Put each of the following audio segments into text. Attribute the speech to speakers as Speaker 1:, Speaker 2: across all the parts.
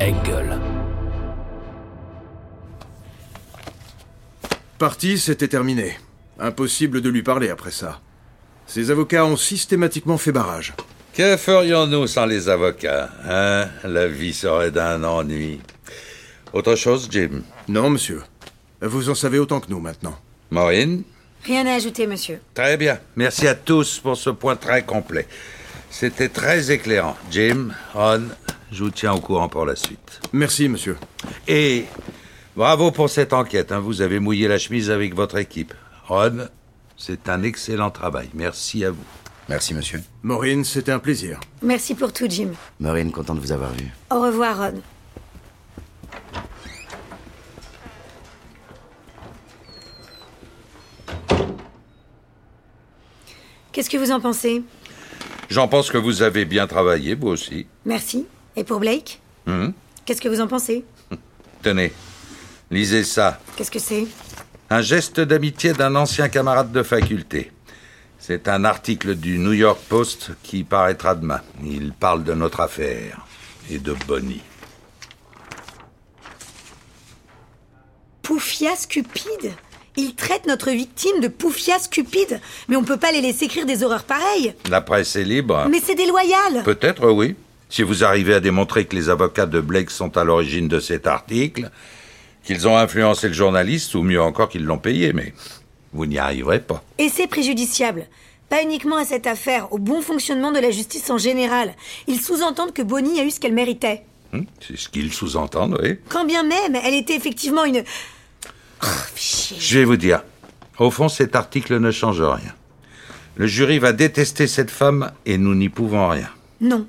Speaker 1: Engel.
Speaker 2: Parti, c'était terminé. Impossible de lui parler après ça. Ses avocats ont systématiquement fait barrage.
Speaker 3: Que ferions-nous sans les avocats, hein La vie serait d'un ennui. Autre chose, Jim
Speaker 2: Non, monsieur. Vous en savez autant que nous maintenant.
Speaker 3: Maureen
Speaker 4: Rien à ajouter, monsieur.
Speaker 3: Très bien. Merci à tous pour ce point très complet. C'était très éclairant. Jim, Ron, je vous tiens au courant pour la suite.
Speaker 2: Merci, monsieur.
Speaker 3: Et bravo pour cette enquête. hein. Vous avez mouillé la chemise avec votre équipe. Ron, c'est un excellent travail. Merci à vous.
Speaker 5: Merci, monsieur.
Speaker 2: Maureen, c'était un plaisir.
Speaker 4: Merci pour tout, Jim.
Speaker 5: Maureen, content de vous avoir vu.
Speaker 4: Au revoir, Ron. Qu'est-ce que vous en pensez
Speaker 3: J'en pense que vous avez bien travaillé, vous aussi.
Speaker 4: Merci. Et pour Blake Qu'est-ce que vous en pensez
Speaker 3: Tenez, lisez ça.
Speaker 4: Qu'est-ce que c'est
Speaker 3: Un geste d'amitié d'un ancien camarade de faculté. C'est un article du New York Post qui paraîtra demain. Il parle de notre affaire et de Bonnie.
Speaker 4: Poufia stupide Ils traitent notre victime de poufia stupide Mais on peut pas les laisser écrire des horreurs pareilles
Speaker 3: La presse est libre.
Speaker 4: Mais c'est déloyal
Speaker 3: Peut-être, oui. Si vous arrivez à démontrer que les avocats de Blake sont à l'origine de cet article, qu'ils ont influencé le journaliste, ou mieux encore qu'ils l'ont payé, mais vous n'y arriverez pas.
Speaker 4: Et c'est préjudiciable. Pas uniquement à cette affaire, au bon fonctionnement de la justice en général. Ils sous-entendent que Bonnie a eu ce qu'elle méritait.
Speaker 3: Hmm, C'est ce qu'ils sous-entendent, oui.
Speaker 4: Quand bien même, elle était effectivement une... Oh, fichier.
Speaker 3: Je vais vous dire. Au fond, cet article ne change rien. Le jury va détester cette femme et nous n'y pouvons rien.
Speaker 4: Non.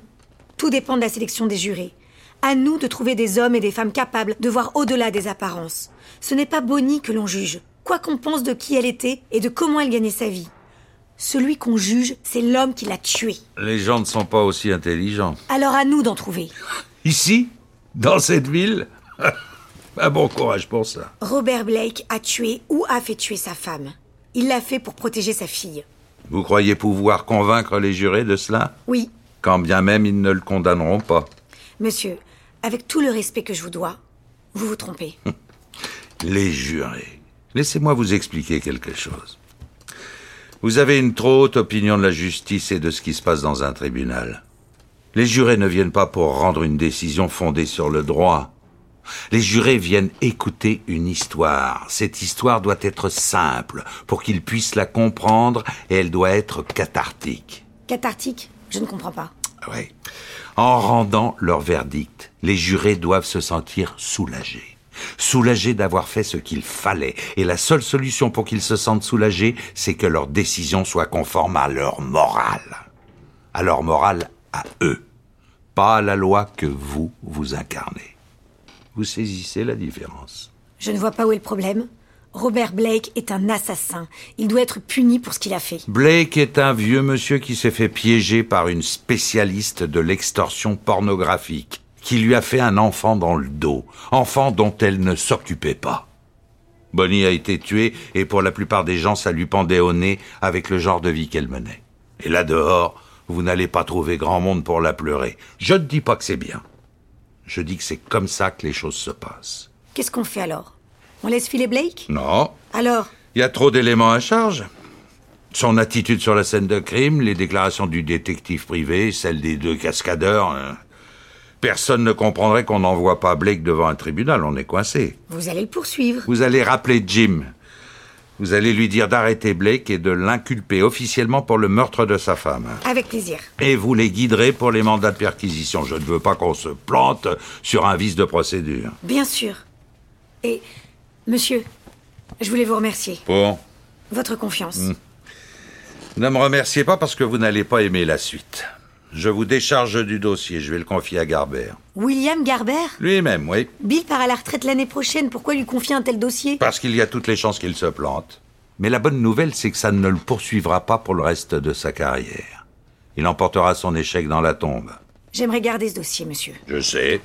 Speaker 4: Tout dépend de la sélection des jurés. À nous de trouver des hommes et des femmes capables de voir au-delà des apparences. Ce n'est pas Bonnie que l'on juge, quoi qu'on pense de qui elle était et de comment elle gagnait sa vie. Celui qu'on juge, c'est l'homme qui l'a tuée.
Speaker 3: Les gens ne sont pas aussi intelligents.
Speaker 4: Alors à nous d'en trouver.
Speaker 3: Ici Dans cette ville Bah, Bon courage pour ça.
Speaker 4: Robert Blake a tué ou a fait tuer sa femme. Il l'a fait pour protéger sa fille.
Speaker 3: Vous croyez pouvoir convaincre les jurés de cela
Speaker 4: Oui,
Speaker 3: Quand bien même ils ne le condamneront pas.
Speaker 4: monsieur, avec tout le respect que je vous dois, vous vous trompez.
Speaker 3: Les jurés. Laissez-moi vous expliquer quelque chose. Vous avez une trop haute opinion de la justice et de ce qui se passe dans un tribunal. Les jurés ne viennent pas pour rendre une décision fondée sur le droit. Les jurés viennent écouter une histoire. Cette histoire doit être simple pour qu'ils puissent la comprendre et elle doit être cathartique.
Speaker 4: Cathartique Je ne comprends pas.
Speaker 3: Ah Ouais. En rendant leur verdict, les jurés doivent se sentir soulagés. Soulagés d'avoir fait ce qu'il fallait. Et la seule solution pour qu'ils se sentent soulagés, c'est que leur décision soit conforme à leur morale. À leur morale à eux. Pas à la loi que vous, vous incarnez. Vous saisissez la différence.
Speaker 4: Je ne vois pas où est le problème. Robert Blake est un assassin. Il doit être puni pour ce qu'il a fait.
Speaker 3: Blake est un vieux monsieur qui s'est fait piéger par une spécialiste de l'extorsion pornographique, qui lui a fait un enfant dans le dos, enfant dont elle ne s'occupait pas. Bonnie a été tuée et pour la plupart des gens, ça lui pendait au nez avec le genre de vie qu'elle menait. Et là dehors, vous n'allez pas trouver grand monde pour la pleurer. Je ne dis pas que c'est bien. Je dis que c'est comme ça que les choses se passent.
Speaker 4: Qu'est-ce qu'on fait alors On laisse filer Blake
Speaker 3: Non,
Speaker 4: Alors
Speaker 3: il y a trop d'éléments à charge. Son attitude sur la scène de crime, les déclarations du détective privé, celles des deux cascadeurs. euh, Personne ne comprendrait qu'on n'envoie pas Blake devant un tribunal, on est coincé.
Speaker 4: Vous allez le poursuivre.
Speaker 3: Vous allez rappeler Jim. Vous allez lui dire d'arrêter Blake et de l'inculper officiellement pour le meurtre de sa femme.
Speaker 4: Avec plaisir.
Speaker 3: Et vous les guiderez pour les mandats de perquisition. Je ne veux pas qu'on se plante sur un vice de procédure.
Speaker 4: Bien sûr. Et, monsieur, je voulais vous remercier.
Speaker 3: Bon,
Speaker 4: Votre confiance.
Speaker 3: Ne me remerciez pas parce que vous n'allez pas aimer la suite. Je vous décharge du dossier, je vais le confier à Garbert.
Speaker 4: William Garber
Speaker 3: Lui-même, oui,
Speaker 4: Bill part à la retraite l'année prochaine. Pourquoi lui confier un tel dossier
Speaker 3: parce qu'il y a toutes les chances qu'il se plante. Mais la bonne nouvelle, c'est que ça ne le poursuivra pas pour le reste de sa carrière. Il emportera son échec dans la tombe.
Speaker 4: J'aimerais garder ce dossier, monsieur.
Speaker 3: Je sais,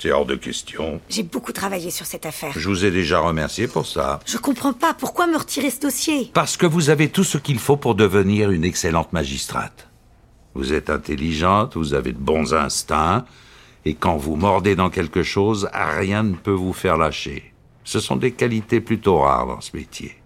Speaker 3: c'est hors de question.
Speaker 4: J'ai beaucoup travaillé sur cette affaire.
Speaker 3: Je vous ai déjà remercié pour ça.
Speaker 4: Je comprends pas. Pourquoi me retirer ce dossier
Speaker 3: Parce que vous avez tout ce qu'il faut pour devenir une excellente magistrate. Vous êtes intelligente, vous avez de bons instincts, Et quand vous mordez dans quelque chose, rien ne peut vous faire lâcher. Ce sont des qualités plutôt rares dans ce métier.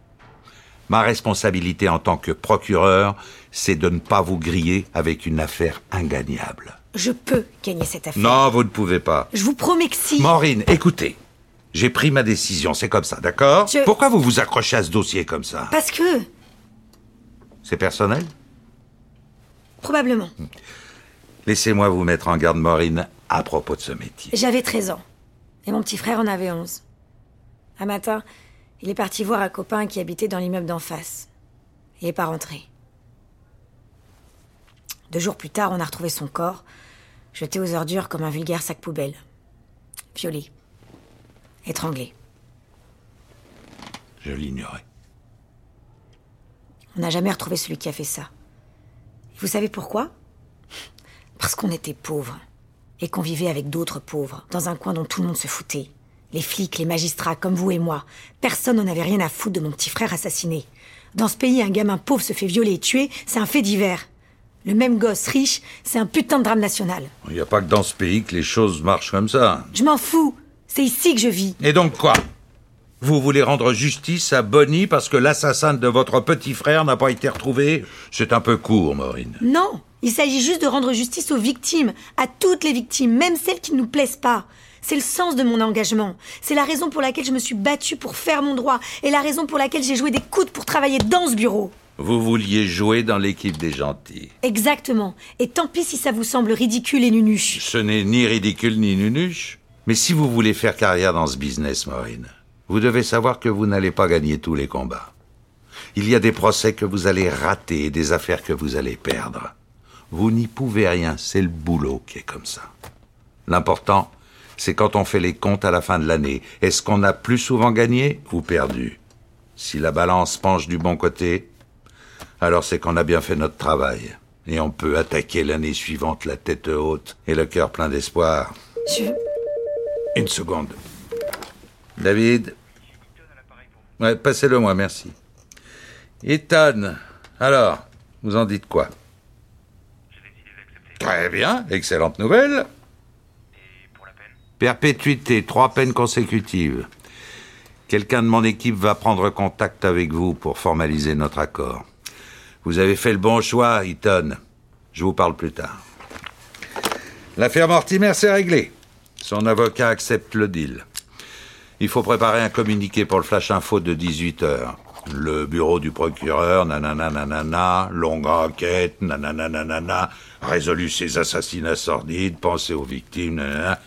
Speaker 3: Ma responsabilité en tant que procureur, c'est de ne pas vous griller avec une affaire ingagnable.
Speaker 4: Je peux gagner cette affaire.
Speaker 3: Non, vous ne pouvez pas.
Speaker 4: Je vous promets que si.
Speaker 3: Maureen, écoutez. J'ai pris ma décision, c'est comme ça, d'accord
Speaker 4: Je-
Speaker 3: Pourquoi vous vous accrochez à ce dossier comme ça
Speaker 4: Parce que,
Speaker 3: C'est personnel
Speaker 4: probablement,
Speaker 3: Laissez-moi vous mettre en garde, Maureen, à propos de ce métier.
Speaker 4: j'avais 13 ans. Et mon petit frère en avait 11. Un matin, il est parti voir un copain qui habitait dans l'immeuble d'en face. Il n'est pas rentré. Deux jours plus tard, on a retrouvé son corps, jeté aux ordures comme un vulgaire sac poubelle. Violé. Étranglé.
Speaker 3: Je l'ignorais.
Speaker 4: On n'a jamais retrouvé celui qui a fait ça. Et vous savez pourquoi Parce qu'on était pauvres. Et qu'on vivait avec d'autres pauvres, dans un coin dont tout le monde se foutait. Les flics, les magistrats, comme vous et moi. Personne n'en avait rien à foutre de mon petit frère assassiné. Dans ce pays, un gamin pauvre se fait violer et tuer, c'est un fait divers. Le même gosse riche, c'est un putain de drame national.
Speaker 3: Il n'y a pas que dans ce pays que les choses marchent comme ça.
Speaker 4: Je m'en fous C'est ici que je vis
Speaker 3: Et donc quoi Vous voulez rendre justice à Bonnie parce que l'assassin de votre petit frère n'a pas été retrouvé C'est un peu court, Maureen.
Speaker 4: Non, il s'agit juste de rendre justice aux victimes, à toutes les victimes, même celles qui ne nous plaisent pas. C'est le sens de mon engagement. C'est la raison pour laquelle je me suis battue pour faire mon droit et la raison pour laquelle j'ai joué des coudes pour travailler dans ce bureau.
Speaker 3: Vous vouliez jouer dans l'équipe des gentils.
Speaker 4: Exactement. Et tant pis si ça vous semble ridicule et nunuche.
Speaker 3: Ce n'est ni ridicule ni nunuche. Mais si vous voulez faire carrière dans ce business, Maureen, vous devez savoir que vous n'allez pas gagner tous les combats. Il y a des procès que vous allez rater et des affaires que vous allez perdre. Vous n'y pouvez rien, c'est le boulot qui est comme ça. L'important, c'est quand on fait les comptes à la fin de l'année. Est-ce qu'on a plus souvent gagné ou perdu Si la balance penche du bon côté, alors c'est qu'on a bien fait notre travail. Et on peut attaquer l'année suivante la tête haute et le cœur plein d'espoir.
Speaker 4: Je...
Speaker 3: Une seconde. David Ouais, passez-le moi, merci. Ethan, alors, vous en dites quoi Très bien, excellente nouvelle. Perpétuité, trois peines consécutives. Quelqu'un de mon équipe va prendre contact avec vous pour formaliser notre accord. Vous avez fait le bon choix, Ethan. Je vous parle plus tard. L'affaire Mortimer s'est réglée. Son avocat accepte le deal. Il faut préparer un communiqué pour le flash info de 18h. Le bureau du procureur, nanana, nanana, longue enquête, nanana, nanana, résolu ces assassinats sordides, pensez aux victimes, nanana.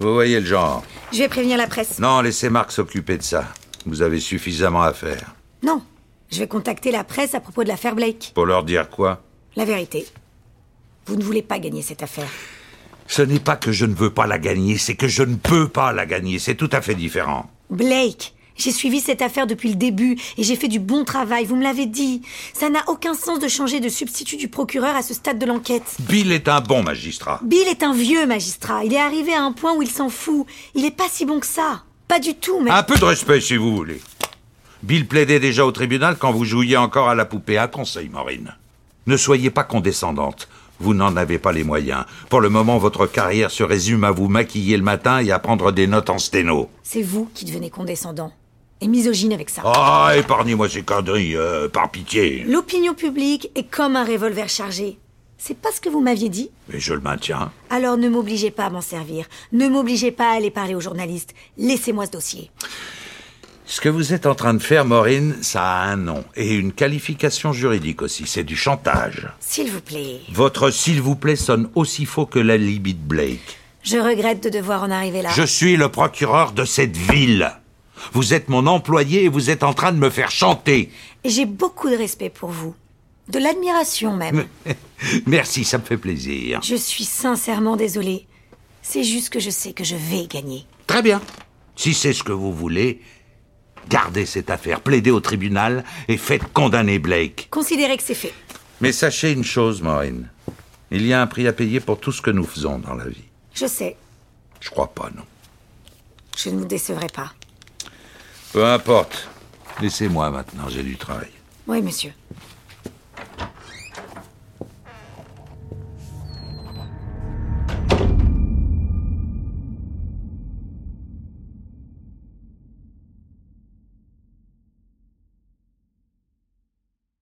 Speaker 3: Vous voyez le genre.
Speaker 4: je vais prévenir la presse.
Speaker 3: Non, laissez Marc s'occuper de ça. Vous avez suffisamment à faire.
Speaker 4: Non, je vais contacter la presse à propos de l'affaire Blake.
Speaker 3: Pour leur dire quoi
Speaker 4: La vérité. Vous ne voulez pas gagner cette affaire.
Speaker 3: Ce n'est pas que je ne veux pas la gagner, c'est que je ne peux pas la gagner. C'est tout à fait différent.
Speaker 4: Blake, j'ai suivi cette affaire depuis le début et j'ai fait du bon travail, vous me l'avez dit. Ça n'a aucun sens de changer de substitut du procureur à ce stade de l'enquête.
Speaker 3: Bill est un bon magistrat.
Speaker 4: Bill est un vieux magistrat, il est arrivé à un point où il s'en fout. Il est pas si bon que ça. Pas du tout, mais...
Speaker 3: Un peu de respect, si vous voulez. Bill plaidait déjà au tribunal quand vous jouiez encore à la poupée. Un conseil, Maureen. Ne soyez pas condescendante. Vous n'en avez pas les moyens. Pour le moment, votre carrière se résume à vous maquiller le matin et à prendre des notes en sténo.
Speaker 4: C'est vous qui devenez condescendant. Et misogyne avec ça.
Speaker 3: Ah, épargnez-moi ces conneries, euh, par pitié.
Speaker 4: L'opinion publique est comme un revolver chargé. C'est pas ce que vous m'aviez dit
Speaker 3: Mais je le maintiens.
Speaker 4: Alors ne m'obligez pas à m'en servir. Ne m'obligez pas à aller parler aux journalistes. Laissez-moi ce dossier.
Speaker 3: Ce que vous êtes en train de faire, Maureen, ça a un nom. Et une qualification juridique aussi. C'est du chantage.
Speaker 4: S'il vous plaît.
Speaker 3: Votre s'il vous plaît sonne aussi faux que la libye de Blake.
Speaker 4: Je regrette de devoir en arriver là.
Speaker 3: Je suis le procureur de cette ville. Vous êtes mon employé et vous êtes en train de me faire chanter.
Speaker 4: J'ai beaucoup de respect pour vous. De l'admiration même.
Speaker 3: Merci, ça me fait plaisir.
Speaker 4: Je suis sincèrement désolée. C'est juste que je sais que je vais gagner.
Speaker 3: Très bien. Si c'est ce que vous voulez, gardez cette affaire, plaidez au tribunal et faites condamner Blake.
Speaker 4: Considérez que c'est fait.
Speaker 3: Mais sachez une chose, Maureen. Il y a un prix à payer pour tout ce que nous faisons dans la vie.
Speaker 4: Je sais,
Speaker 3: Je crois pas, non.
Speaker 4: je ne vous décevrai pas.
Speaker 3: Peu importe. Laissez-moi maintenant, j'ai du travail.
Speaker 4: Oui, monsieur.